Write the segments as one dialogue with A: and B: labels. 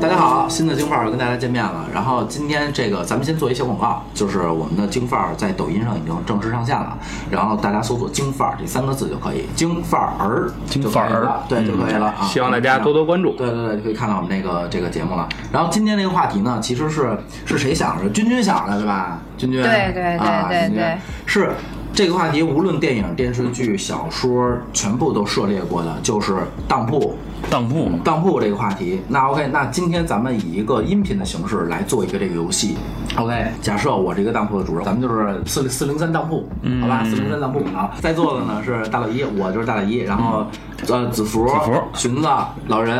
A: 大家好，新的京范儿跟大家见面了。然后今天这个，咱们先做一小广告，就是我们的京范儿在抖音上已经正式上线了。然后大家搜索“京范儿”这三个字就可以，“京范儿”
B: 京
A: 就可
B: 范
A: 以
B: 儿
A: 了，啊对，就
C: 嗯
A: 可以了啊。
D: 希望大家多多关注。
A: 对对对，就可以看到我们这个这个节目了。然后今天这个话题呢，其实是是谁想的？君君想的，对吧？君君，
E: 对对对
A: 啊
E: 对
A: 君君
E: 对
A: 是这个话题，无论电影、电视剧、小说，全部都涉猎过的，就是当铺。
B: 当铺嘛，
A: 当铺这个话题，那 OK，那今天咱们以一个音频的形式来做一个这个游戏。OK，假设我这个当铺的主人，咱们就是四四零三当铺，好吧？四零三当铺啊，在座的呢是大老一，我就是大老一，然后呃子福、
B: 子福
A: 荀子、老人、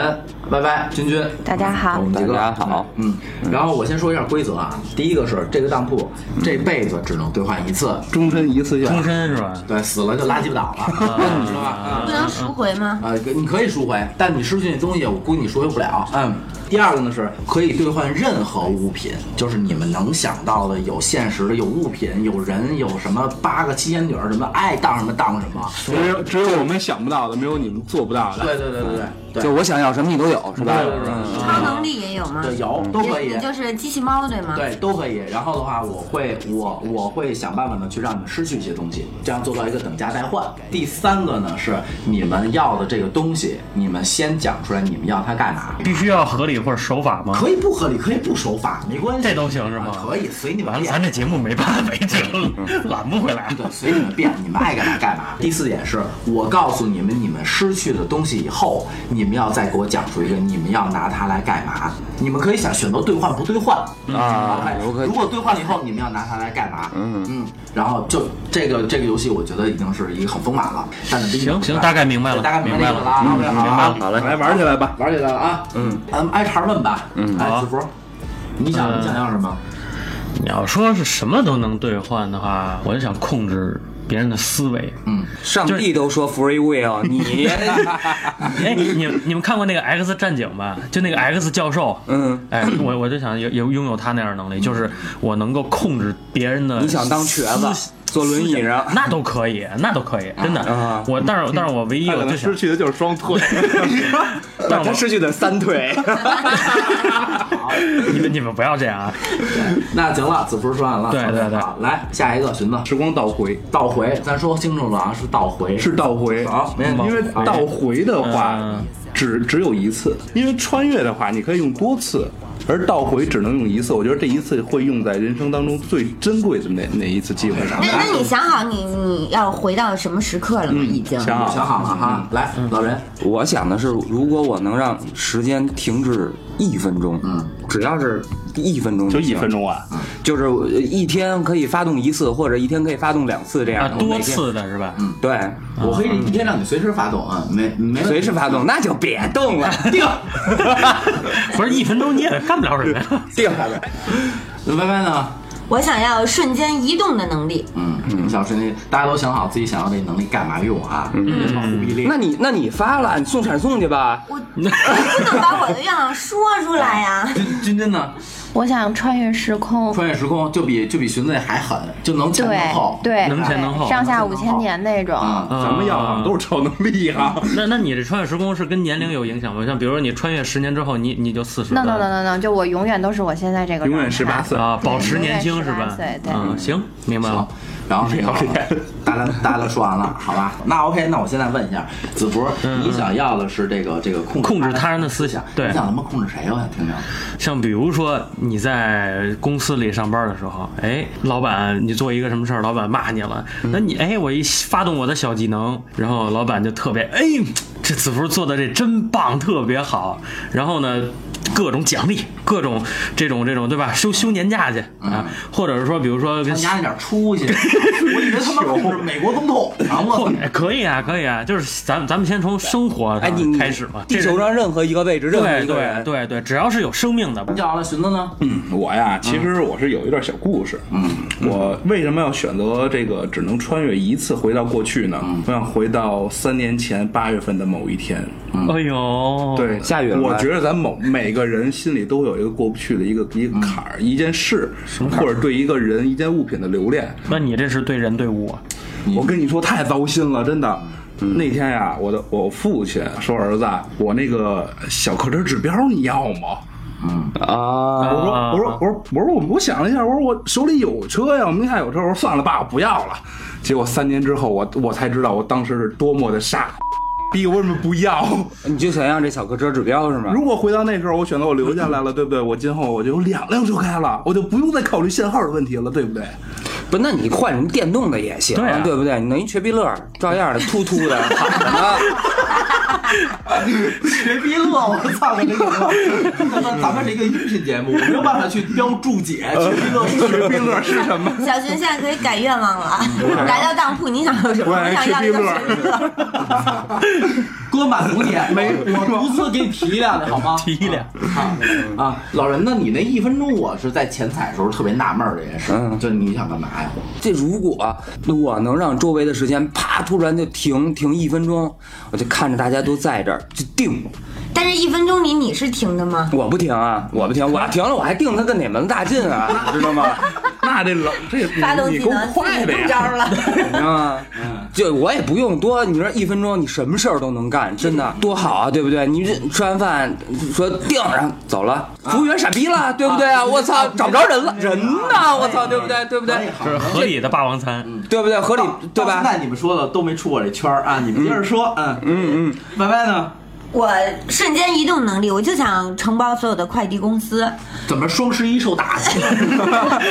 A: 歪歪、君君，
E: 大家好
A: 我们几个
F: 大家好，
A: 嗯，然后我先说一下规则啊，第一个是这个当铺这辈子只能兑换一次，
F: 终身一次
B: 终
F: 性，
B: 身是吧？
A: 对，死了就拉鸡巴倒了，你知道吧？嗯
E: 不能赎回吗？
A: 呃，你可以赎回，但你失去那东西，我估计你赎回不了。嗯，第二个呢是可以兑换任何物品，就是你们能想到的，有现实的，有物品，有人，有什么八个七仙女儿，什么爱当什么当什么。
C: 只有只有我们想不到的，没有你们做不到的。
A: 对对对对对
F: 就
A: 对
F: 我想要什么你都有，是吧？嗯
E: 超能力也有吗？
A: 对，有都可以
E: 你。就是机器猫对吗？
A: 对，都可以。然后的话，我会我我会想办法呢，去让你们失去一些东西，这样做到一个等价代换。第三个呢是你们要的这个东西，你们先讲出来你们要它干嘛。
B: 必须要合理或者守法吗？
A: 可以不合理，可以不守法，没关系，
B: 这都行是吗
A: 啊嗯可以，随你们
B: 完了，
A: 便。
B: 咱这节目没办法，没辙， 揽不回来。
A: 对，随你们便，你们爱干嘛 干嘛。第四点是我告诉你们，你们失去的东西以后，你们要再给我讲出一个，你们要拿它来干嘛？你们可以想选择兑换不兑换
F: 啊
A: OK，
F: 我可以
A: 如果兑换了以后，你们要拿它来干嘛？嗯嗯，然后就这个这个游戏，我觉得已经是一个很丰满了。但是
B: 行行大概明白了
A: 对大概明白这个了啊。
B: 明
A: OK，
B: 白了
A: 好啊，
F: 好嘞，
C: 来玩起来吧。
A: 玩起来了啊。嗯，咱们挨茬问吧。嗯，哎，
B: 好
A: 子福，你想
B: 嗯
A: 你想要什么？
B: 你要说是什么都能兑换的话，我就想控制别人的思维。
A: 嗯，
F: 上帝都说 free will，你
B: 哎，你你你们看过那个《X 战警》吧？就那个 X 教授，
F: 嗯，
B: 哎，我我就想有有拥有他那样的能力，就是我能够控制别人的。
F: 你想当瘸子，坐轮椅上，
B: 啊那都可以，那都可以，真的
F: 啊。
B: 我但是但是我唯一
C: 他
B: 我
C: 可
B: 就
C: 能
B: 想
C: 嗯失，去的就是双腿，
B: 但我
F: 他失去的三腿，
B: 你们你们不要这样 啊！
A: 那行了，子福说完了。
B: 对对对
A: 好，来下一个，寻子。
C: 时光倒回
A: 倒回，咱说清楚了啊，是倒回，
C: 是倒回，
A: 好，没问题。
C: 因为倒回的话
B: 嗯
C: 只只有一次，因为穿越的话你可以用多次，而倒回只能用一次。我觉得这一次会用在人生当中最珍贵的那那一次机会上
E: 那。那你想好你你要回到什么时刻了吗？已经。
F: 嗯
C: 想
A: 我想
C: 好，
A: 好了哈，啊嗯来，老人，
F: 我想的是，如果我能让时间停止一分钟，嗯，只要是一分钟
C: 就一
F: 行
C: 分，钟
F: 嗯
C: 啊，
F: 就是我一天可以发动一次，或者一天可以发动两次这
B: 啊
F: 样，的，
B: 多
F: 每天
B: 次嗯的是吧？
C: 嗯
F: 对，
A: 我可以一天让你随时发动啊，没没问题
F: 随时发动，那就别 动了， 定
B: 不是一分钟你也 干不了 啊什么呀。
F: 定。
A: 那歪歪呢？
E: 我想要瞬间移动的能力，
A: 嗯，你小时那大家都想好自己想要这能力干嘛用啊？别老忽必烈
F: 那你那你发了，你送闪送去吧。
E: 我我不能把我的愿望说出来呀、
A: 君君君呢？
G: 我想穿越时空，
A: 穿越时空就比就比荀子还狠，就能前
G: 对
A: 能后。
G: 对，
B: 能前能后
G: 对上下
A: 能前能后
G: 五千年那种。
A: 啊，
B: 啊
C: 咱们要好像都是超能力啊。
B: 那那你这穿越时空是跟年龄有影响吗？像比如说你穿越十年之后，你你就四十
G: no no no no no，就我永远都是我现在这个
C: 永远
G: 状态
C: 十八岁
B: 啊，保持年轻是吧
G: 18岁？对
B: 嗯，行，明白
A: 行
B: 了。，
A: 然后这个大家大家都说完了，好 吧？那 OK，那我现在问一下子福，你想要的是这个这个控制
B: 嗯控制他人的思想，对
A: 你，想他妈控制谁呀？啊我想听 听。
B: 像比如说你在公司里上班的时候，哎，老板你做一个什么事儿，老板骂你了，那你
F: 嗯
B: 哎，我一发动我的小技能，然后老板就特别哎，这子福做的这真棒，特别好，然后呢，各种奖励，各种这种这种对吧？休休年假去
F: 嗯
B: 啊，或者是说比如说跟
A: 他 家那点出息，我以为他妈控制美国总统，然后
B: 后面可以啊，可以啊，就是咱们咱们先从生活
F: 哎，你
B: 上
F: 你
B: 开始嘛。
F: 地球上任何一个位置，任何
B: 对
F: 一个
B: 对
F: 人，
B: 对对，只要是有生命的，
A: 你讲完了，寻子呢？
B: 嗯
C: 我呀，其实我是有一段小故事。嗯，我为什么要选择这个只能穿越一次回到过去呢？我想回到三年前八月份的某一天。
F: 嗯
B: 哎呦，
C: 对，
F: 下雨了
C: 我觉得咱某每个人心里都有一个过不去的一个一个坎儿，一件事，或者对一个人、一件物品的留恋。
B: 那你这是对人对物啊？
C: 我跟你说，太糟心了，真的。那天呀，我的我父亲说：“儿子啊，我那个小客车指标你要吗？”
F: 啊，
C: 我说
B: 啊
C: 我说我说我说我我想了一下，我说我手里有车呀，我名下有车，我说算了爸，我不要了。结果三年之后，我我才知道我当时是多么的傻逼，我为什么不要？
F: 你就想让这小客车指标是吗？
C: 如果回到那时候，我选择我留下来了，对不对？我今后我就有两辆车开了，我就不用再考虑限号的问题了，对不对？
F: 不，那你换什么电动的也行，
B: 对啊
F: 不对？你弄一瘸逼乐，照样的突突 的，啊躺着呢。
A: 学逼乐，我操！这 个，咱们是一个音频节目，我没有办法去标注解。
B: 呃
A: 学逼乐是 学逼乐是什么？
E: 小熊现在可以改愿望了，来到当铺，你想要什么？
C: 我
E: 我想要一个雪碧乐。
A: 哥满足你，没我独自给你提一辆的好吗？提一辆啊！老人，那你那一分钟，我是在前采的时候特别纳闷儿这件事，
F: 嗯
A: 就是你想干嘛呀？
F: 这如果我能让周围的时间啪突然就停停一分钟，我就看着大家都在这儿就定，
E: 但是，一分钟里你是停的吗？
F: 我不停啊，我不停，我要停了我还定他跟哪门子大劲啊， 知道吗？
C: 那这老这
E: 发动
C: 嗯你
E: 技
C: 够
E: 能自
C: 快
E: 己
C: 的
E: 中
C: 呀！
E: 招了。
F: 啊，就我也不用多，你说一分钟你什么事儿都能干，真的多好啊，对不对？你这吃完饭说定，然后走了，服务员傻逼了，对不对啊？我操，找不着人了，人呢？我操，对不对？对不对？
B: 这是合理的霸王餐。
F: 对不对？合理对
A: 哎到现
F: 吧？
A: 在你们说的都没出我这圈儿啊！你们接着说，嗯嗯嗯，歪歪呢？
E: 我瞬间移动能力，我就想承包所有的快递公司。
A: 怎么双十一受打击？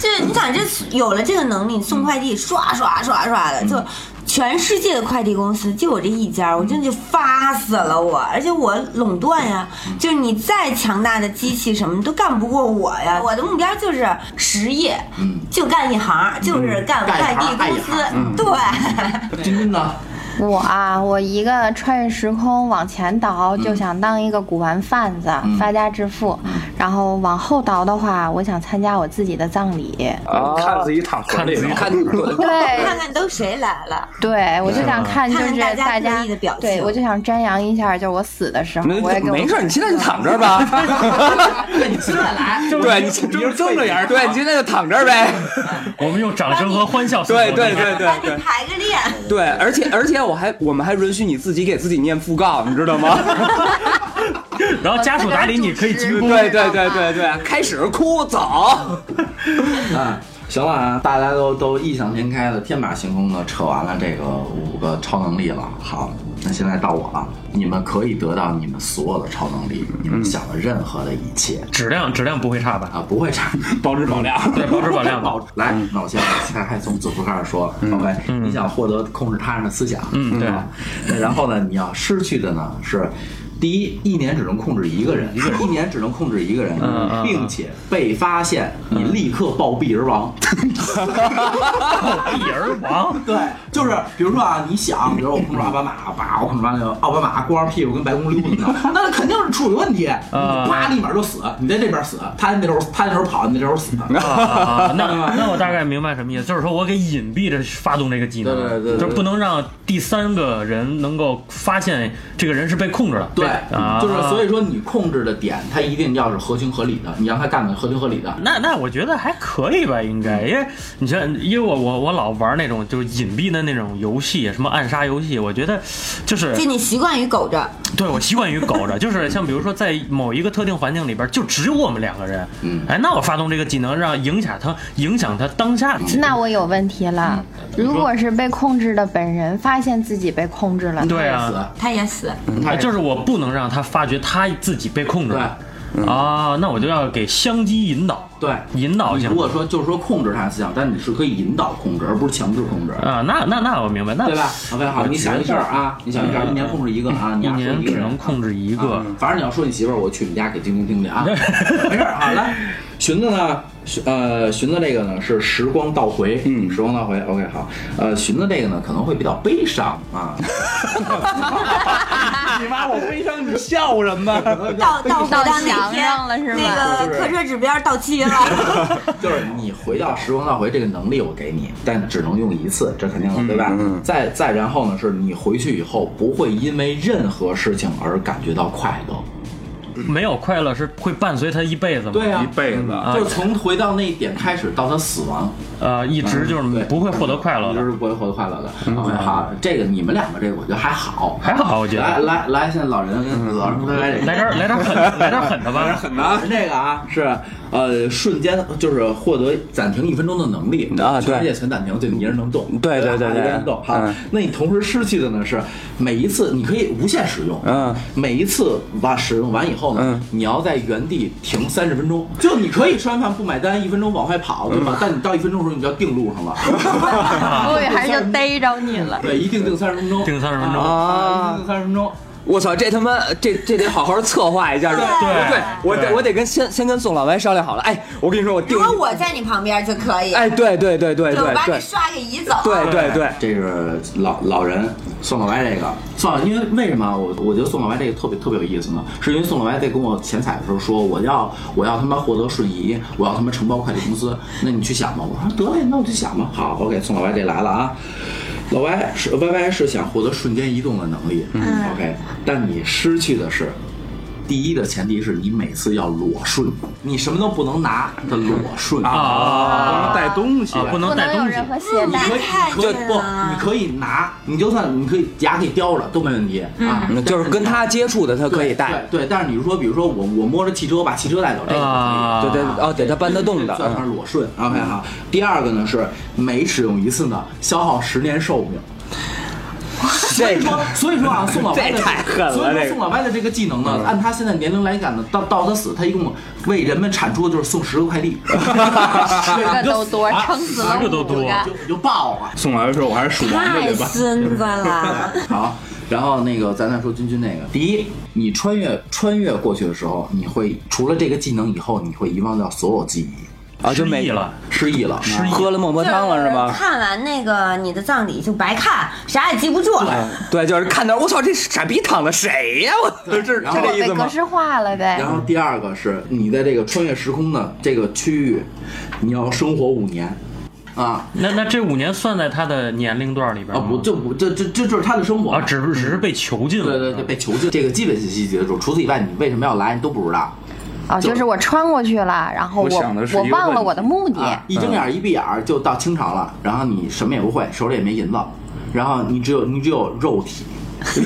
E: 就是你想，这有了这个能力，送快递刷刷刷刷
F: 嗯
E: 的，就全世界的快递公司就我这一家，我真的就发死了我，而且我垄断呀，
F: 嗯
E: 就是你再强大的机器什么都干不过我呀。
F: 嗯
E: 我的目标就是实业，就干一行，就是干
A: 干一
E: 快
A: 行
E: 递
A: 爱
E: 公
A: 一
E: 司，
F: 嗯
E: 对。
G: 嗯
A: 君君呢？
G: 我啊，我一个穿越时空往前倒，就想当一个古玩贩子，发家致富。然后往后倒的话，我想参加我自己的葬礼。
F: 啊，
C: 看自己躺
B: 看
C: 河里
B: 自己
C: 了
F: 看
E: 看
G: 对，
E: 看都谁来了，
G: 对，我就想看，就
E: 看
G: 是
E: 看大家
G: 大
E: 各
G: 家
E: 异的表情
G: 对我就想瞻仰一下，就是我死的时候，我也
F: 那
G: 给我
F: 没事，你现在就躺这儿 吧。
A: 对你现在来，
F: 对，你你就睁着眼儿，对，你现在就躺这儿呗。
B: 我们用掌声和欢笑送
F: 对
B: 走你
F: 对对
E: 帮你排个练。
F: 对，而且而且我还我们还允许你自己给自己念讣告，你知道吗？
B: 然后家属打理你可以鞠躬。
F: 对对对对对，开始哭走。
A: 嗯，行了啊，大家都都异想天开的、天马行空的扯完了这个五个超能力了。好，那现在到我了，你们可以得到你们所有的超能力，你们想的任何的一切
B: 质量质量不会差吧？
A: 啊，不会差，
C: 保质保量。
B: 对，保质保量
A: 保
B: 吧。
A: 持 来，那我现在还还从子服开始说，OK，你想获得控制他人的思想，
B: 嗯对
A: 吧那然后呢，你要失去的呢是。第一，一年只能控制一个人，一个人一年只能控制一个人，
B: 嗯嗯
A: 并且被发现，你立刻暴毙而亡。
B: 一人王，
A: 对，就是比如说啊，你想，比如我控制奥巴马，叭，我控制完了，奥巴马光着屁股跟白宫溜达呢，那肯定是处理问题，
B: 嗯
A: 啪，立马就死，你在这边死，他那头他那头跑，你那头死。
B: 啊那那我大概明白什么意思，就是说我给隐蔽着发动这个技能，
A: 对对对对
B: 就是不能让第三个人能够发现这个人是被控制了。
A: 对嗯
B: 被啊，，
A: 就是所以说你控制的点，它一定要是合情合理的，你让他干的合情合理的。
B: 那那我觉得还可以吧，应
A: 嗯
B: 该，因为你像，因为我我我老玩那种就是隐蔽的那种游戏，什么暗杀游戏，我觉得就是
E: 就你习惯于苟着，
B: 对我习惯于苟着，就是像比如说在某一个特定环境里边，就只有我们两个人，嗯，哎，那我发动这个技能让影响他，影响他当下的情
G: 那我有问题了，如果是被控制的本人发现自己被控制了，
B: 对
A: 死
B: 啊，
E: 他也 死。
B: 哎就是我不能让他发觉他自己被控制了。啊，那我就要给相机引导，
A: 对，
B: 引导
A: 你
B: 性
A: 如果说就是说控制他的思想，但你是可以引导控制，而不是强制控制。
B: 啊，那那那我明白，那
A: 对吧？OK，好，你想一下啊，你想一下，一年控制一个啊，你
B: 嗯一
A: 要说
B: 年
A: 一个
B: 只
A: 人
B: 能控制一个，
A: 啊反正你要说你媳妇儿，我去你家给晶晶听听 啊。没事儿，好来，寻子呢，寻呃，寻子这个呢是时光倒回，嗯，时光倒回，OK，好，呃，寻子这个呢可能会比较悲伤 啊，
C: 你妈，我悲伤，你笑什么？
E: 到到回到那
G: 到墙
E: 天
G: 上了是吧
E: 那个客车指标到期 了，
A: 就是你回到时光倒回这个能力我给你，但只能用一次，这肯定
C: 嗯
A: 的，对吧？再再然
C: 嗯
A: 后呢，是你回去以后不会因为任何事情而感觉到快乐。
B: 没有快乐是会伴随他一辈子嘛。
A: 对呀、
C: 一辈子啊
A: 就是从回到那一点开始到他死亡，
B: 呃，一直就
A: 对
B: 是不会获得快乐
A: 就是
B: 的。
A: 不会获得快乐的。OK，好，这个你们两个这个我觉得还好，
B: 还好我觉得
A: 来来来，现在老人跟老人来
B: 来点儿来点儿狠，来点儿狠的吧。
A: 啊，这个啊是呃瞬间就是获得暂停一分钟的能力
F: 啊对
A: 全世界全暂停，就你一人能动，
F: 对对对
A: 吧
F: 对
A: 一个人动。好
F: 嗯，
A: 那你同时失去的呢是每一次你可以无限使用，
F: 嗯，
A: 每一次完使用完以后呢
F: 嗯，
A: 你要在原地停三十分钟，就你可以吃完饭不买单，一分钟往外跑，对吧？但你到一分钟的时候，你就要定路上了，
G: 我以为还是就逮着你了。
A: 对，一定定三十分钟，
B: 定30分钟
A: 啊，一定定三十分钟。
F: 我操，这他妈这这得好好策划一下，对
B: 对
F: 对，我得
B: 对
F: 我得跟先先跟宋老歪商量好了。哎，我跟你说，我定
E: 如，果我在你旁边就可以，
F: 哎，对对对对对
E: 就我
F: 对
E: 把你
F: 对
E: 刷给移走。
F: 对对，
A: 这是老老人宋老歪这个，宋老，因为为什么啊我我觉得宋老歪这个特别特别有意思呢？是因为宋老歪在跟我前彩的时候说，我要我要他妈获得瞬移，我要他妈承包快递公司，那你去想吧。我说啊得嘞，那我就想吧。好，OK，宋老歪这来了啊。老歪是 Y Y 是想获得瞬间移动的能力、o k 但你失去的是第一的前提是你每次要裸瞬，你什么都不能拿的裸瞬
B: 啊
C: 不能带东西
B: 啊，，不能
G: 不
B: 带
G: 能有
B: 东西
G: 任。何懈
A: 你
G: 怠。
A: 可以你可以
E: 太
A: 不，
E: 近了
A: 你可以拿，你就算你可以牙可以叼着都没问题啊，
F: 嗯就是跟他接触的，他可以带，
A: 对对，但是你说，比如说我我摸着汽车，我把汽车带走，这个
B: 啊
F: 对对哦，得他搬得动的，
A: 算
F: 嗯
A: 上裸顺。OK 哈，第二个呢是每使用一次呢消耗十年寿命。所以
F: 这
A: 说，所以说啊，宋老歪的
F: 这太狠了
A: 所以说
F: 这个嗯
A: 宋老歪的这个技能呢，按他现在年龄来讲呢，到到他死，他一共为人们产出的就是送十个快递，
G: 十
A: 十
G: 个都多，撑死了
B: 十个都
G: 五
B: 多
G: 个。
A: 就你就爆啊了。
C: 宋老师说我还是数完这
E: 太
C: 个吧。
E: 孙子了，
A: 好，然后那个咱再说君君那个，第一，你穿越穿越过去的时候，你会除了这个技能以后，你会遗忘掉所有记忆，
F: 啊，
B: 失
F: 就没
B: 忆了，
A: 失忆了，失
F: 喝了孟婆汤了是吗？
E: 看完那个你的葬礼就白看，啥也记不住。
F: 哎对，就是看到我操，这傻逼躺的谁呀？我 这是
A: 然后
F: 是这意
G: 被
F: 思
G: 格
F: 吗？
G: 式化了呗
A: 然。后第二个是你在这个穿越时空的这个区域，你要生活五年，啊
B: 那那这五年算在他的年龄段里边
A: 啊
B: 吗
A: 不就不这这这就是他的生活
B: 啊，只是只是被囚禁了。
A: 对
B: 啊
A: 对对被囚禁，这个基本信息记得住，除此以外你为什么要来你都不知道。啊
G: 哦，就是我穿过去了，然后
C: 我
G: 我
C: 想的是一
G: 我
C: 个
G: 忘
C: 问
G: 了
C: 题
G: 我的目的
A: 啊，，一睁眼一闭眼儿就到清朝了，然后你什么也不会，手里也没银子，然后你只有你只有肉体，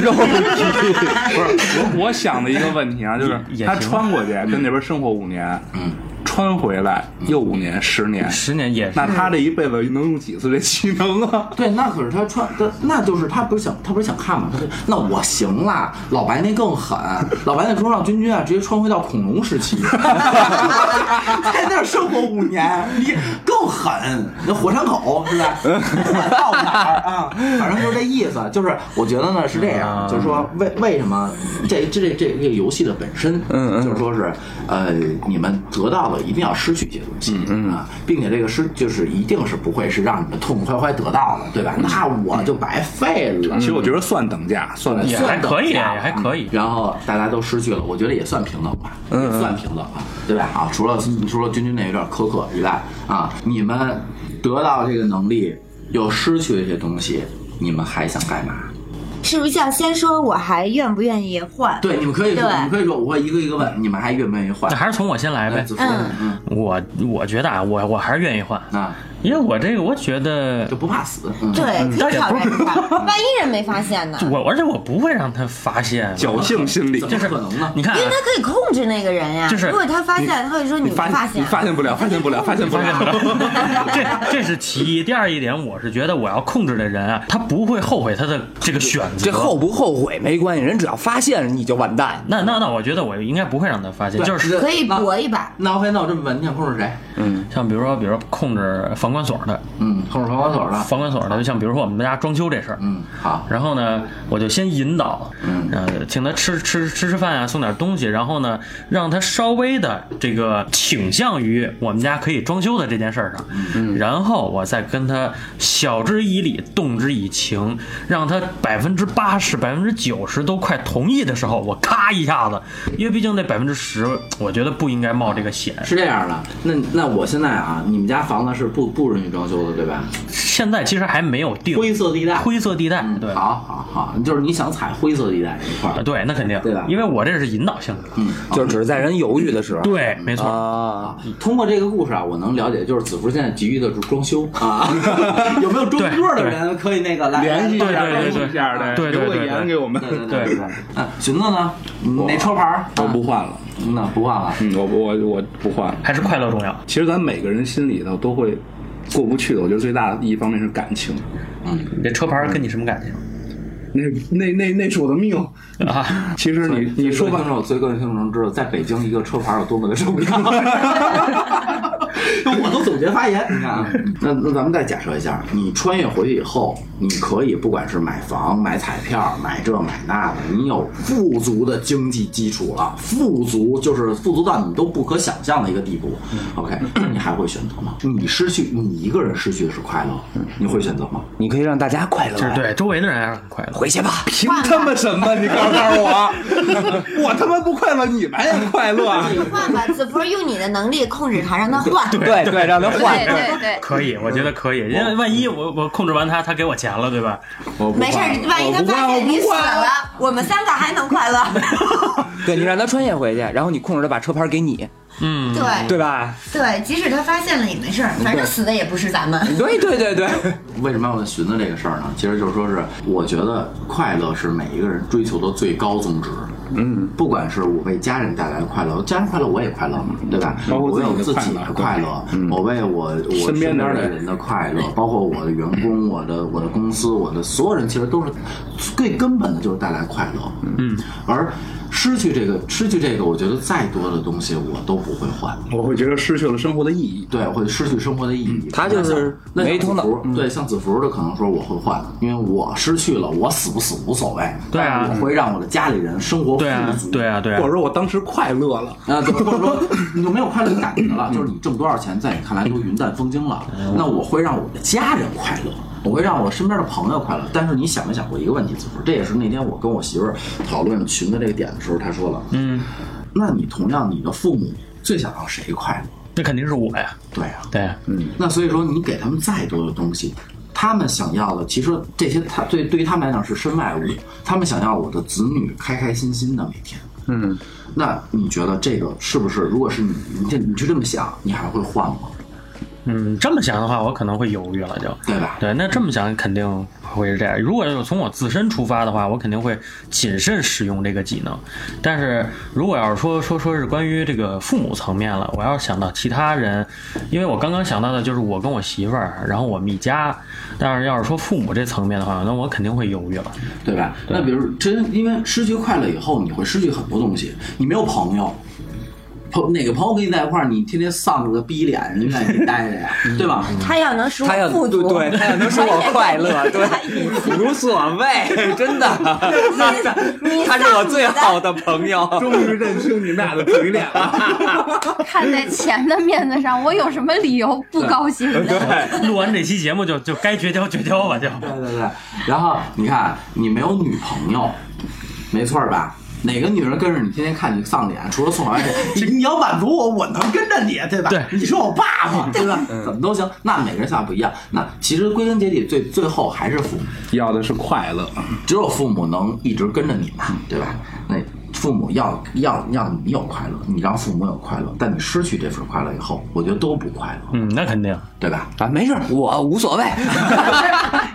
F: 肉体，
C: 不是 我我想的一个问题啊，就是
B: 也也
C: 他
B: 行
C: 穿过去跟那边生活五年，嗯，穿回来又五年十年，
B: 十年也是
C: 那他这一辈子能用几次这技能啊？
A: 对，那可是他穿，他那就是他不是想他不是想看吗？他就那我行啦，老白那更狠，老白那时候让君君啊直接穿回到恐龙时期，在那儿生活五年，你更狠，那火山口是吧？不管到哪儿啊，反正就是这意思。就是我觉得呢是这样，就是说为为什么这这这这这个游戏的本身，
F: 嗯嗯
A: 就是说是呃你们得到的一定要失去一些东西，嗯啊，并且这个失就是一定是不会是让你们痛痛快快得到的，对吧？那我就白费了。
C: 其实我觉得算等价，算
B: 也
A: 算
B: 还可
A: 等
B: 以，也
A: 价
B: 还可以。
A: 然后大家都失去了，我觉得也算平等吧，也算平等吧，对吧？啊，除了除了君君那有点苛刻以外，啊，你们得到这个能力又失去这些东西，你们还想干嘛？
E: 是不是要先说我还愿不愿意换？
A: 对，你们可以说，
E: 对
A: 你们可以说，我会一个一个问，你们还愿不愿意 换
B: 那？还是从我先来
A: 哎
B: 呗。
A: 子夫嗯
B: 我我觉得啊，我我还是愿意换，
A: 嗯啊，
B: 因为我这个我觉得
A: 就不怕死，嗯
E: 对，可以考虑一下，万一人没发现呢？
B: 我而且我不会让他发现。
C: 侥幸心理
A: 怎。么可能呢？
B: 你看啊
E: 因为，他可以控制那个人呀。
B: 就是
E: 如果他发现，他会说你
C: 你
E: 没
C: 发
E: 发
C: 你
E: 现，
C: 发现 不了，发现不了，发现不了。
E: 啊
B: 这这是其一。第二一点，我是觉得我要控制的人啊，他不会后悔他的这个选择。
F: 这后不后悔没关系，人只要发现你就完蛋。
B: 那那那，我觉得我应该不会让他发现，
A: 对
B: 就是
E: 可以搏一把。
A: 那 OK，那我这么问，你想控制谁？
B: 像比如说，比如说控制房管所的，
A: 嗯，控制防火所的。
B: 房管所的，就像比如说我们家装修这事儿，
A: 嗯，好，嗯
B: 然后呢，我就先引导，呃，请他吃吃吃吃饭啊，送点东西，然后呢，让他稍微的这个倾向于我们家可以装修的这件事儿上，
A: 嗯
B: 然后我再跟他晓之以理，动之以情，让他百分之八十、百分之九十都快同意的时候，我咔一下子，因为毕竟那百分之十，我觉得不应该冒这个险。
A: 是这样的。那那我现在啊，你们家房子是不不允许装修的，对吧？
B: 现在其实还没有定
A: 灰色地带，
B: 灰色地带，
A: 嗯
B: 对，
A: 好好好，就是你想踩灰色地带这一块
B: 啊
A: 儿，
B: 对，那肯定，
A: 对吧
B: 因为我这是引导性的，
A: 嗯，好
F: 就只是在人犹豫的时候。
B: 对，没错，
F: 啊，
A: 通过这个故事啊，我能了解，就是子福现在急于的装修啊，有没有装修的人可以那个来
C: 联系一下，
B: 对对对
C: 联系一下
A: 对
C: 的，
B: 对对
C: 留个
B: 对对
C: 言给我们。
A: 对对对，嗯，寻子呢？你哪抽牌儿？
C: 我不换了，
A: 嗯，那不换了。
C: 嗯，我我我不换了。
B: 还是快乐重要。
C: 其实咱每个人心里头都会过不去的，我觉得最大的一方面是感情，
B: 你这车牌跟你什么感情？
C: 那那那那是我的命
B: 啊！
C: 其实你你说吧
A: 吧，，我最各位听众知道，在北京一个车牌有多么的重要。 我都总结发 言，你看啊，那那咱们再假设一下，你穿越回去以后，你可以不管是买房、买彩票、买这买那的，你有富足的经济基础了，富足就是富足到你都不可想象的一个地步。OK，你还会选择吗？你失去你一个人失去的是快乐，你会选择吗？
F: 你可以让大家快乐
B: 就是
F: 啊。
B: 对周围的人还是很快乐。
F: 回去吧，
C: 凭他妈什么？你告诉 我，我他妈不快乐，你们也快乐。
F: 啊
E: 你换吧，子福用你的能力控制他，让他换。
F: 对对，让他换
G: 对。对 对，
B: 可以，我觉得可以，因为万一我我控制完他，他给我钱了，对吧？
C: 我不
E: 没事儿
C: 换
E: 万一
C: 了，
E: 他
C: 我不
E: 发
C: 换，我
E: 现你
C: 不
E: 死
F: 呃
C: 换了。
E: 了，我们三个还能快乐。
F: 对你让他穿越回去，然后你控制他把车牌给你，
B: 嗯，
E: 对
F: 对吧？
E: 对，即使他发现了也没事儿，反正死的也不是咱们。
F: 对对对对，
A: 为什么要问寻思这个事儿呢？其实就是说是，我觉得快乐是每一个人追求的最高宗旨。嗯，不管是我为家人带来的快乐，家人快乐我也快乐嘛，对吧？
C: 包括
A: 我
C: 自
A: 为
C: 己的
A: 我自己
C: 快
A: 的
C: 乐嗯
A: 快乐，我为我我
C: 身边的
A: 的
C: 人嗯
A: 人的快乐，包括我的员工、我的我的公司、我的所有人，其实都是最根本的就是带来快乐。嗯，而失去这个，失去这个，我觉得再多的东西我都不会换。
C: 我会觉得失去了生活的意义。
A: 对，会失去生活的意义。
F: 他就是
A: 那像
F: 没头脑
A: 子服对，像子服的可能说我会换，因为我失去了，我死不死无所谓。
B: 对啊
A: 但是我会让我的家里人生活富
B: 对啊
A: 足。，
B: 对啊，对啊
C: 或者，说我当时快乐了，
A: 啊，对或者说你就没有快乐的感觉了，就是你挣多少钱，在你看来都云淡风轻了。那我会让我的家人快乐，我会让我身边的朋友快乐。但是你想没想过一个问题，子服？这也是那天我跟我媳妇儿讨论群的这个点的时候，她说了，嗯，那你同样你的父母最想要谁快乐？
B: 那肯定是我呀。
A: 对啊，
B: 对啊，
A: 那所以说，你给他们再多的东西，他们想要的，其实这些他对对于他们来讲是身外物，他们想要我的子女开开心心的每天。嗯，那你觉得这个是不是？如果是你，你这你就这么想，你还会换吗？
B: 嗯，这么想的话，我可能会犹豫了，就
A: 对吧
B: 对，那这么想肯定会是这样。如果是从我自身出发的话，我肯定会谨慎使用这个技能。但是如果要是说说说是关于这个父母层面了，我要是想到其他人，因为我刚刚想到的就是我跟我媳妇儿，然后我们一家。但是要是说父母这层面的话，那我肯定会犹豫了。
A: 对吧？那比如真因为失去快乐以后，你会失去很多东西，你没有朋友。朋哪个朋友跟你在一块儿，你天天丧着个逼脸，人家愿意待着 呀，对吧？
C: 嗯
E: 他要能使
F: 他要
E: 我富
F: 对
E: 足，
F: 对，他要能 使我快乐，对，如所谓，真的，他是我最好的朋友。
C: 终于认清你们俩的嘴脸了。
G: 看在钱的面子上，我有什么理由不高兴呢？
C: 哦
B: 录完这期节目就就该绝交绝交吧，就
A: 对对对，然后你看，你没有女朋友，没错儿吧？哪个女人跟着你天天看你丧脸？除了宋老师，你 你要满足我，我能跟着你，对吧？
B: 对
A: 你是我爸爸， 嗯对吧？怎么都行。那每个人想法不一样。那其实归根结底，最最后还是父母，
C: 要的是快乐，
A: 只有父母能一直跟着你嘛，对吧？那父母要要要你有快乐，你让父母有快乐，但你失去这份快乐以后，我觉得都不快乐，
B: 嗯，那肯定
A: 对吧？
F: 啊，没事， 我 无 所谓。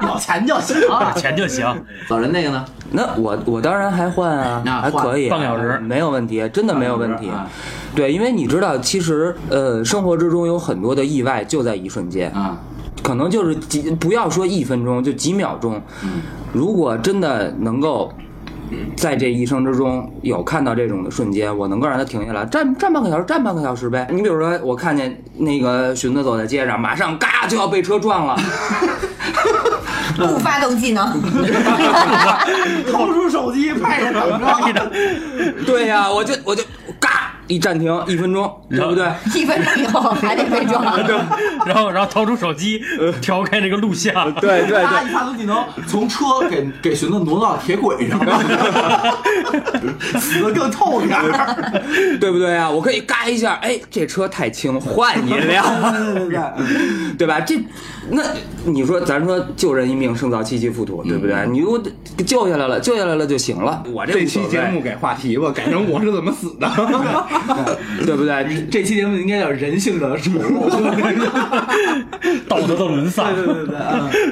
A: 有钱就行。
B: 有钱就行。
A: 老人那个呢？
F: 那我我当然还换啊，
A: 那
F: 还
A: 换
F: 可以啊，
B: 半个小时
F: 没有问题，真的没有问
A: 半
F: 题
A: 个小时啊。
F: 对，因为你知道，其实呃，生活之中有很多的意外就在一瞬间，
A: 啊、
F: 可能就是几不要说一分钟，就几秒钟。如果真的能够在这一生之中有看到这种的瞬间，我能够让他停下来，站站半个小时，站半个小时呗。你比如说，我看见那个寻子走在街上，马上嘎就要被车撞了，
E: 不发动技 能，
A: 掏出手机拍着等着。
F: 对呀、我就我就嘎一暂停一分钟，对不对？
G: 一分钟以后还得被撞。
B: 然后然后掏出手机调开这个录像，
F: 对对对
A: 他一下子就能从车给给寻子挪到铁轨上， 死的更透点儿。
F: 对不对啊？我可以嘎一下，哎，这车太轻，换一 辆，
A: 对对对，嗯
F: 对吧？这，那你说，咱说救人一命胜造七级浮屠，对不对？你如果救下来了，救下来了就行了，嗯我这
C: 这
F: 无所
C: 期
F: 谓
C: 节目改话题吧，改成我是怎么死 的。
F: 对不对？
A: 这期节目应该叫人性的丑 陋。
B: 道德的沦丧。
A: 对对对，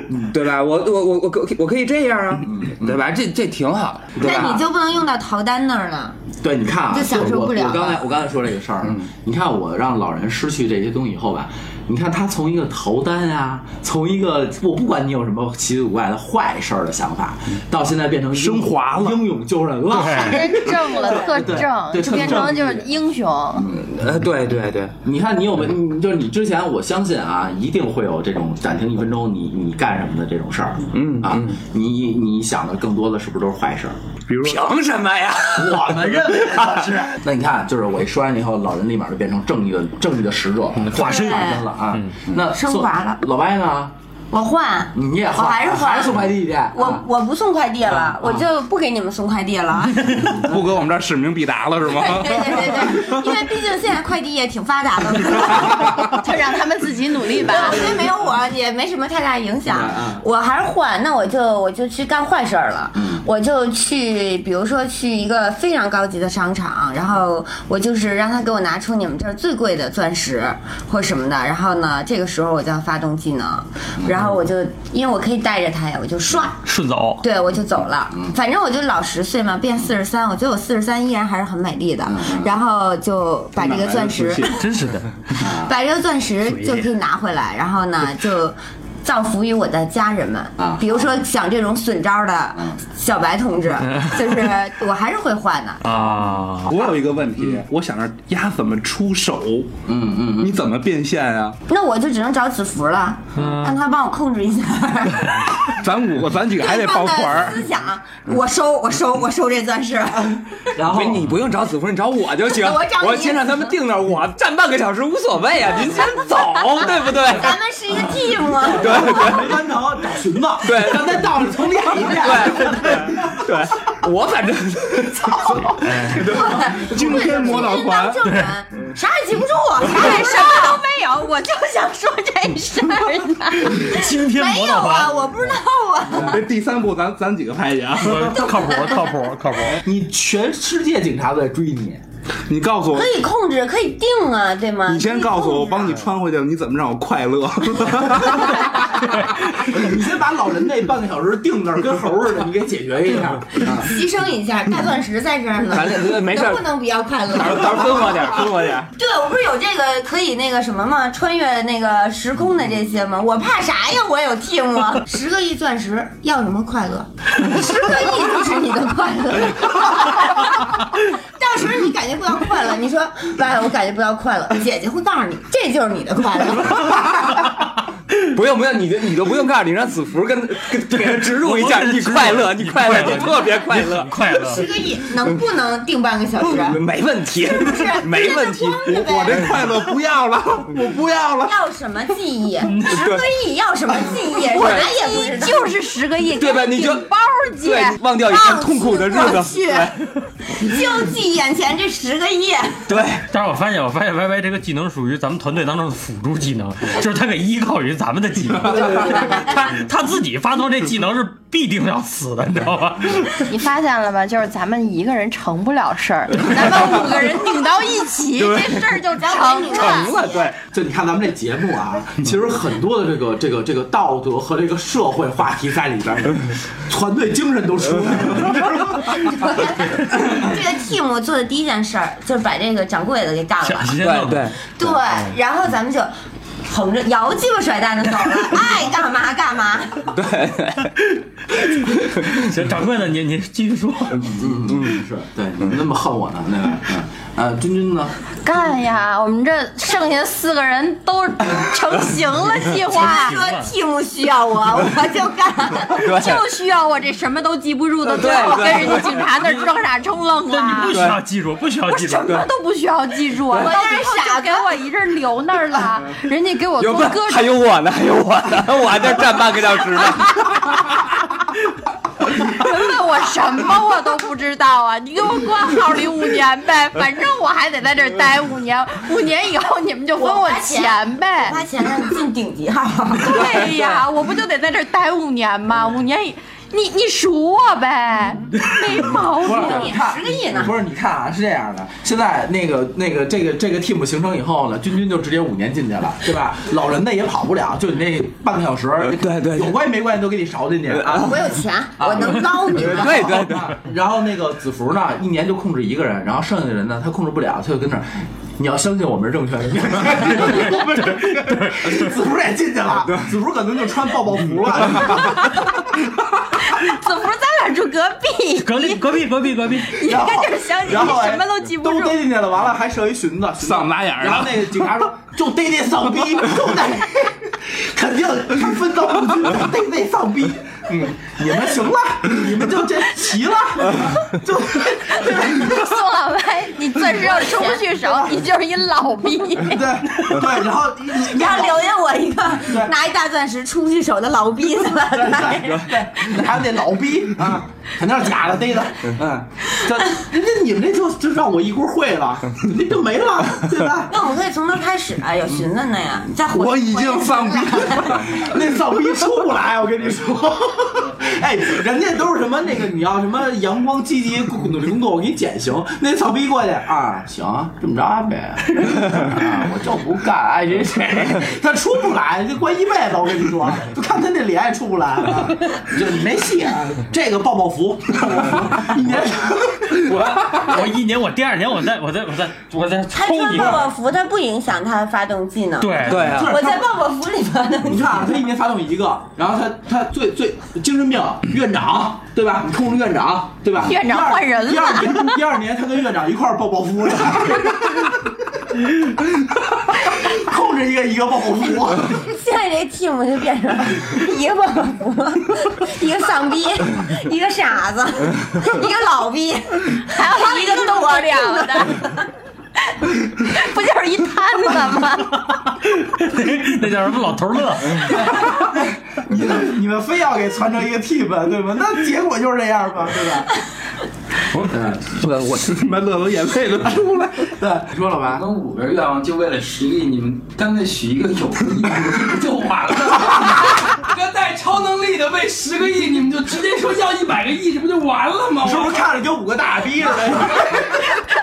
A: 嗯
F: 对吧？我我我我可我可以这样啊，对吧？这这挺好的，对
E: 那
F: 吧
E: 你？就不能用到逃单那儿了。
A: 对，你看啊，
E: 就享受
A: 我
E: 不了
A: 我刚才我刚才说这个事儿，你看我让老人失去这些东西以后吧，你看他从一个逃单啊，从一个我不管你有什么奇奇怪怪的坏事儿的想法，到现在变成升华了，英勇救人了。
G: 真正了，特
A: 对
G: 正，
A: 对
G: 就变
A: 特
G: 成
A: 正
G: 就是英雄。
F: 呃，对对对，
A: 你看，你有没有？就是你之前，我相信啊，一定会有这种暂停一分钟你，你干什么的这种事儿。嗯啊，你你想的更多的是不是都是坏事儿？
C: 比如说，
F: 凭什么呀？
A: 我们认为的是。 那你看，就是我一说完以后，老人立马就变成正义的正义的使者，嗯化身
E: 对
A: 化身了啊。那
E: 嗯升
A: 宋
E: 华了
A: 老白呢？
E: 我换，
F: 嗯
A: 你也
E: 我
A: 换
E: 还是换，
A: 还是送快递去
E: 我
A: 啊
E: 我不送快递
F: 啊
E: 了，我就不给你们送快递 了。
C: 不搁我们这儿使命必达了是吗？
E: 对对对对，因为毕竟现在快递业挺发达的，
G: 就让他们自己努力吧。
E: 所以没有我也没什么太大影响。我还是换，那我就我就去干坏事儿了。我就去，比如说去一个非常高级的商场，然后我就是让他给我拿出你们这儿最贵的钻石或什么的。然后呢，这个时候我就要发动技能，然后我就因为我可以带着他呀，我就刷。
B: 顺走，
E: 对，我就走了。反正我就老十岁嘛，变四十三，我觉得我四十三依然还是很美丽的。然后就把这个钻石，
B: 真是的，
E: 把这个钻石就可以拿回来，然后呢就。造福于我的家人们
A: 啊
E: 比如说像这种损招的
C: 嗯
E: 小白同志，就是我还是会换的。
B: 啊。
C: 我有一个问题，我想着丫怎么出手？嗯嗯，你怎么变现啊？
E: 那我就只能找子福了，让他帮我控制一下。
C: 嗯 咱五个，咱几个还得抱团
E: 的
C: 儿。嗯
E: 思想，我收，我收，我收这钻石。。
A: 然后
F: 不你不用找子夫，你找我就行
E: 我找你
F: 先让他们定那儿，我站半个小时无所谓啊，您先走，对不对？
E: 咱们是一个 team。
A: 回班头找寻子，
F: 对
A: 刚才道理重练一遍。
F: 对对，我 反正
C: 惊天魔导团
E: 正人啥也记不住，啊啥也什么都没有，我就想说这事儿呢。
B: 青天
E: 没
B: 魔
E: 有
B: 导
E: 啊，
B: 团，
E: 我不知道啊。
C: 这哎第三部咱咱几个拍去啊！
B: 靠谱，靠谱，靠谱。
A: 你全世界警察都在追你，
C: 你告诉我
E: 可，以控制，可以定啊，对吗？
C: 你先告诉我，我帮你穿回去，你怎么让我快乐？
A: 你先把老人那半个小时定那儿，跟猴似的，你给解决一下。
E: 牺牲一下，大钻石在这儿呢
F: 咱这没事儿
E: 能不能比较快乐？
F: 到时候分我点儿，分我点儿。
E: 对，我不是有这个可以那个什么吗？穿越那个时空的这些吗？我怕啥呀？我有 team 啊！十个亿钻石要什么快乐？十个亿就是你的快 乐。到时候你感觉不到快乐，你说爸，我感觉不到快乐。姐姐会告诉你，这就是你的快 乐。
F: 不用不用，你就你就不用告诉你，让子福跟跟给他植入一下，
B: 我我
F: 你快乐，
B: 你
F: 你快乐，
B: 快乐
F: 你特别快乐
B: 很，快乐，
E: 十个亿能不能定半个小时？
F: 没问题
E: 是不是，
F: 没问题。
E: 就那光着呗
F: 我这快乐不要 了，我不要了。
E: 要什么记 忆？
F: 嗯
E: 十个亿要什么记忆？啥也不知道。
G: 就是十个亿，
F: 对吧你就
G: 顶包姐
F: 对，忘 掉以前痛苦的日
E: 忘
F: 子
E: 记。过去，就记眼前这十个 亿。
F: 对，
B: 但是我发现，我发现 Y Y 这个技能属于咱们团队当中的辅助技能，就是他可以依靠于咱们的技能，他他自己发动这技能是必定要死的，你知道吧？
G: 你发现了吧？就是咱们一个人成不了事儿，咱们五个人顶到一起，这事儿就成了。
F: 成了，对，
A: 就你看咱们这节目啊，其实很多的这个这个这个道德和这个社会话题在里边儿，团队精神都出来了。
E: 这个 team 做的第一件事儿就是把这个掌柜的给干
B: 小
E: 了。
B: 心
F: 对对。
E: 对，然后咱们就。横着摇鸡巴甩蛋的走 了，爱干嘛干嘛。
B: 行，掌柜的，您您继续说。
A: 嗯嗯，是对，你们那么恨我呢，那个，嗯，呃，君君呢？
G: 干呀！我们这剩下四个人都成型了，计划
B: 行
E: 说
B: 吧
E: team 需要 我，我就干。
G: 就需要我这什么都记不住的，
F: 对
G: 最后
F: 对
G: 跟人家警察那儿装傻充愣
B: 那你不
G: 了
B: 需。要记住，不需要记住
G: 什。么都不需要记住，我
E: 我就是
G: 傻给我一阵留那 儿了，人家给我
F: 有
G: 做
F: 不
G: 各
F: 还
G: 种
F: 有我呢，还有我呢， 我还在这站半个小时 呢。
G: 根本我什么我都不知道啊！你给我关号里五年呗， 反正我还得在这儿待五年，五年以后你们就分我钱呗。
E: 花钱让你进顶级号，
G: 对呀，我不就得在这儿待五年吗？五年以你你数我呗，没毛病。
E: 你十个亿呢？
A: 不是，你看啊，是这样的，现在那个那个这个这个 team 形成以后呢，君君就直接五年进去了，对吧？老人的也跑不了，就你那半个小时，
F: 对对
A: 有关系没关系都给你勺进去 啊。
E: 我有钱，我能捞你们。
F: 对对对，
A: 然后那个子福呢，一年就控制一个人，然后剩下的人呢，他控制不了，他就跟那儿。你要相信我们是正确的， 子福也进去了，子福可能就穿抱抱服了，
G: 怎么咱俩住隔壁？
B: 隔壁隔壁隔壁隔壁，
G: 你应该就是相信 你
A: 然后哎
G: 什么都记不
A: 都
G: 住。
A: 逮进去了，完了还设一寻子，寻子
C: 嗓子打眼儿
A: 然后
C: 了。
A: 那个警察说：“就逮那丧逼，就逮，肯定是分赃不均，逮那丧逼。”嗯，你们行了，你们就这齐了，就
G: 宋老歪， 你最是要出不去手，你就是一老逼。
A: 对对，然后你
E: 你要留下我一个拿一大钻石出不去手的老逼子吧？
A: 对，还有那老逼啊，肯定是假的逮的，嗯，这人家你们这就就让我一锅烩了，你就没了，对吧？
E: 那我们可以从头开始啊，有寻思呢呀，再回
A: 嗯我已经放屁
E: 回来
A: 了， 那丧逼出不来，我跟你说。哎，人家都是什么那个，你要什么阳光积极努力工作，我给你减刑。那丧逼过去啊，行，这么着呗，啊我就不干，爱谁谁。他出不来，就关一辈子，我跟你说，就看他那脸也出不来啊，就没戏啊。这个抱抱 服，抱抱服，一年。
B: 我我一年，我第二年我再我再我再我再
E: 他
B: 抽
E: 穿
B: 你
E: 抱抱
B: 个。
E: 服，他不影响他发动技能。，
B: 对
F: 对，啊，
E: 我在抱抱服里边 能
A: 你看啊，他一年发动一个，然后他他最最精神病院长对吧？你控制院长对吧？
G: 院长
A: 第二
G: 换人了
A: 第二年第二年他跟院长一块儿抱抱夫了， 控制一个一个抱抱夫。
E: 现在这 team 就变成一个抱抱服，一个丧逼，一个傻子，一个老逼，
G: 还有一个动不了 的，不就是一摊子吗？
B: 那叫什么老头乐，
A: 你们你们非要给传成一个 team 对吧？那结果就是这样吧，对吧？
F: 我嗯我
C: 他妈乐得眼泪都 出来。
A: 对，你说了
D: 我
A: 吧？
D: 们五个愿望就为了十个亿，你们干脆许一个有个 亿不就完了？这带超能力的为十个亿，你们就直接说要一百个亿，这不就完了吗？
A: 是不是看着跟五个大逼似的？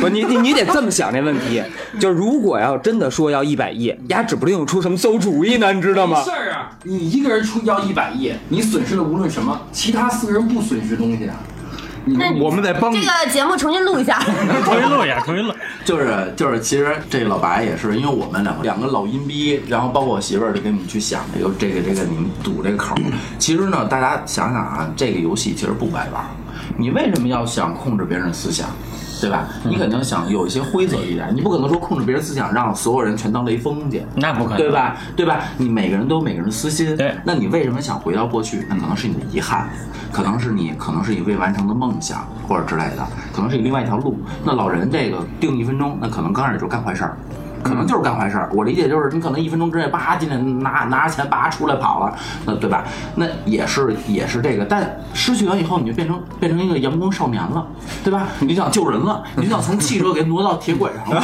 F: 不，你你你得这么想这问题，就如果要真的说要一百亿，丫指不定出什么馊主意呢，你知道
D: 没
F: 吗
D: 事？儿啊，你一个人出要一百亿，你损失了无论什么，其他四个人不损失东西啊。你们
C: 我们得帮
E: 这
C: 你，
E: 个节目重新录一下。
A: 啊
B: 重新录一下，重新录。
A: 就是就是，其实这老白也是，因为我们两个两个老阴逼，然后包括我媳妇儿就跟你们去想这个这个这个你们堵这个口儿。其实呢，大家想想啊，这个游戏其实不白玩儿。你为什么要想控制别人的思想，对吧？你肯定想有一些规则一点，你不可能说控制别人思想，让所有人全当雷锋去，
B: 那不可能
A: 对吧？对吧？你每个人都有每个人的私心，
B: 对
A: 那你为什么想回到过去？那可能是你的遗憾，可能是你，可能是你未完成的梦想，或者之类的，可能是你另外一条路。那老人这个定一分钟，那可能刚开始就是干坏事儿。可能就是干坏事儿，我理解就是你可能一分钟之内叭进来拿拿着钱叭出来跑了，那对吧？那也是也是这个，但失去完以后你就变成变成一个阳光少年了，对吧？你就想救人了，你就想从汽车给挪到铁轨上了，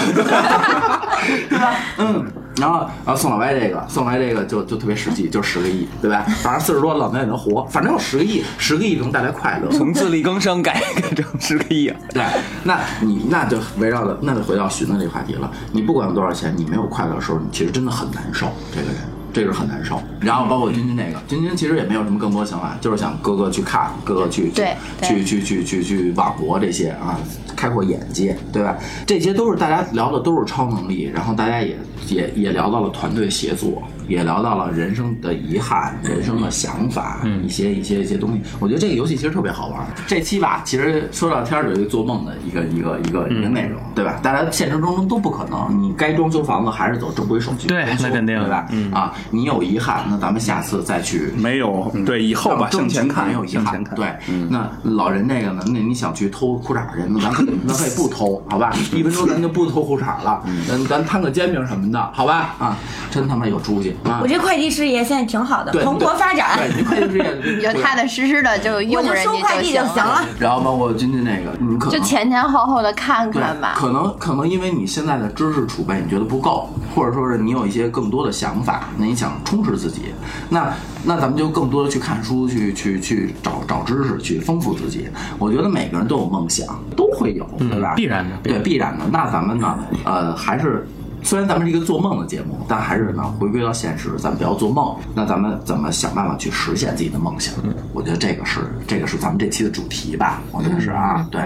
A: 对吧？嗯，然后然后宋老歪这个，宋老歪这个就就特别实际，就十个亿，对吧？反正四十多老年也能活，反正有十个亿，十个亿能带来快乐。
F: 从自力更生改改成十个亿啊，
A: 对，那你那就围绕的，那就回到寻子这个话题了。你不管有多少钱，你没有快乐的时候，你其实真的很难受。这个人，这个很难受。然后包括君君那个，君君其实也没有什么更多想法，就是想哥哥去看，哥哥去
G: 对
A: 去
G: 对
A: 去去去去网博这些啊，开阔眼界，对吧？这些都是大家聊的都是超能力，然后大家也也也聊到了团队协作，也聊到了人生的遗憾、人生的想法，
B: 嗯
A: 一些一些一些东西。我觉得这个游戏其实特别好玩。这期吧，其实说到天儿有一个做梦的一个一个一个
B: 嗯
A: 一个内容，对吧？大家现实中都不可能，你该装修房子还是走正规手续，
B: 对
A: 装修
B: 那肯定嗯
A: 对吧？啊，你有遗憾，那咱们下次再去
C: 没有，对，以后吧，
A: 挣
C: 向前
A: 钱
C: 看
A: 没有，遗
C: 向
A: 憾
C: 前。看。嗯
A: 对，那老人那个呢？那你想去偷裤衩去，那咱 可以，那可以不偷，好吧？一分钟咱就不偷裤衩了，
C: 嗯
A: 咱咱摊个煎饼什么的，好吧？啊，真他妈有出息啊
E: 我！这快递事业现在挺好的，
A: 对
E: 蓬勃发展
A: 对，，你快递事业
G: 你就踏踏实实的就
E: 我
G: 用
E: 就
G: 人
E: 收快
G: 家
E: 递
G: 行
E: 就行了。。
A: 然后包括君君那个，你可
G: 就
A: 能
G: 前前后后的看
A: 对
G: 看，吧。
A: 可能可能因为你现在的知识储备你觉得不够，或者说是你有一些更多的想法，那你想充实自己，那那咱们就更多的去看书，去去去找找知识，去丰富自己。我觉得每个人都有梦想，都会有，对吧？
B: 嗯必然的必
A: 对
B: 然的
A: 必然的。那咱们呢，呃，还是。虽然咱们是一个做梦的节目，但还是呢，回归到现实，咱们不要做梦。那咱们怎么想办法去实现自己的梦想？
B: 嗯
A: 我觉得这个是这个是咱们这期的主题吧，我觉得是啊，
B: 嗯
A: 对。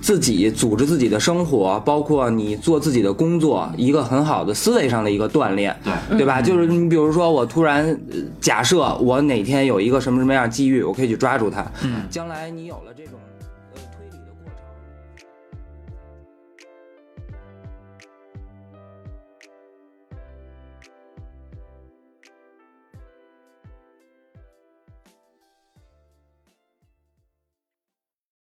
F: 自己组织自己的生活，包括你做自己的工作，一个很好的思维上的一个锻炼，
A: 对
F: 对吧？就是你比如说，我突然呃假设我哪天有一个什么什么样的机遇，我可以去抓住它。嗯，将来你有了这种。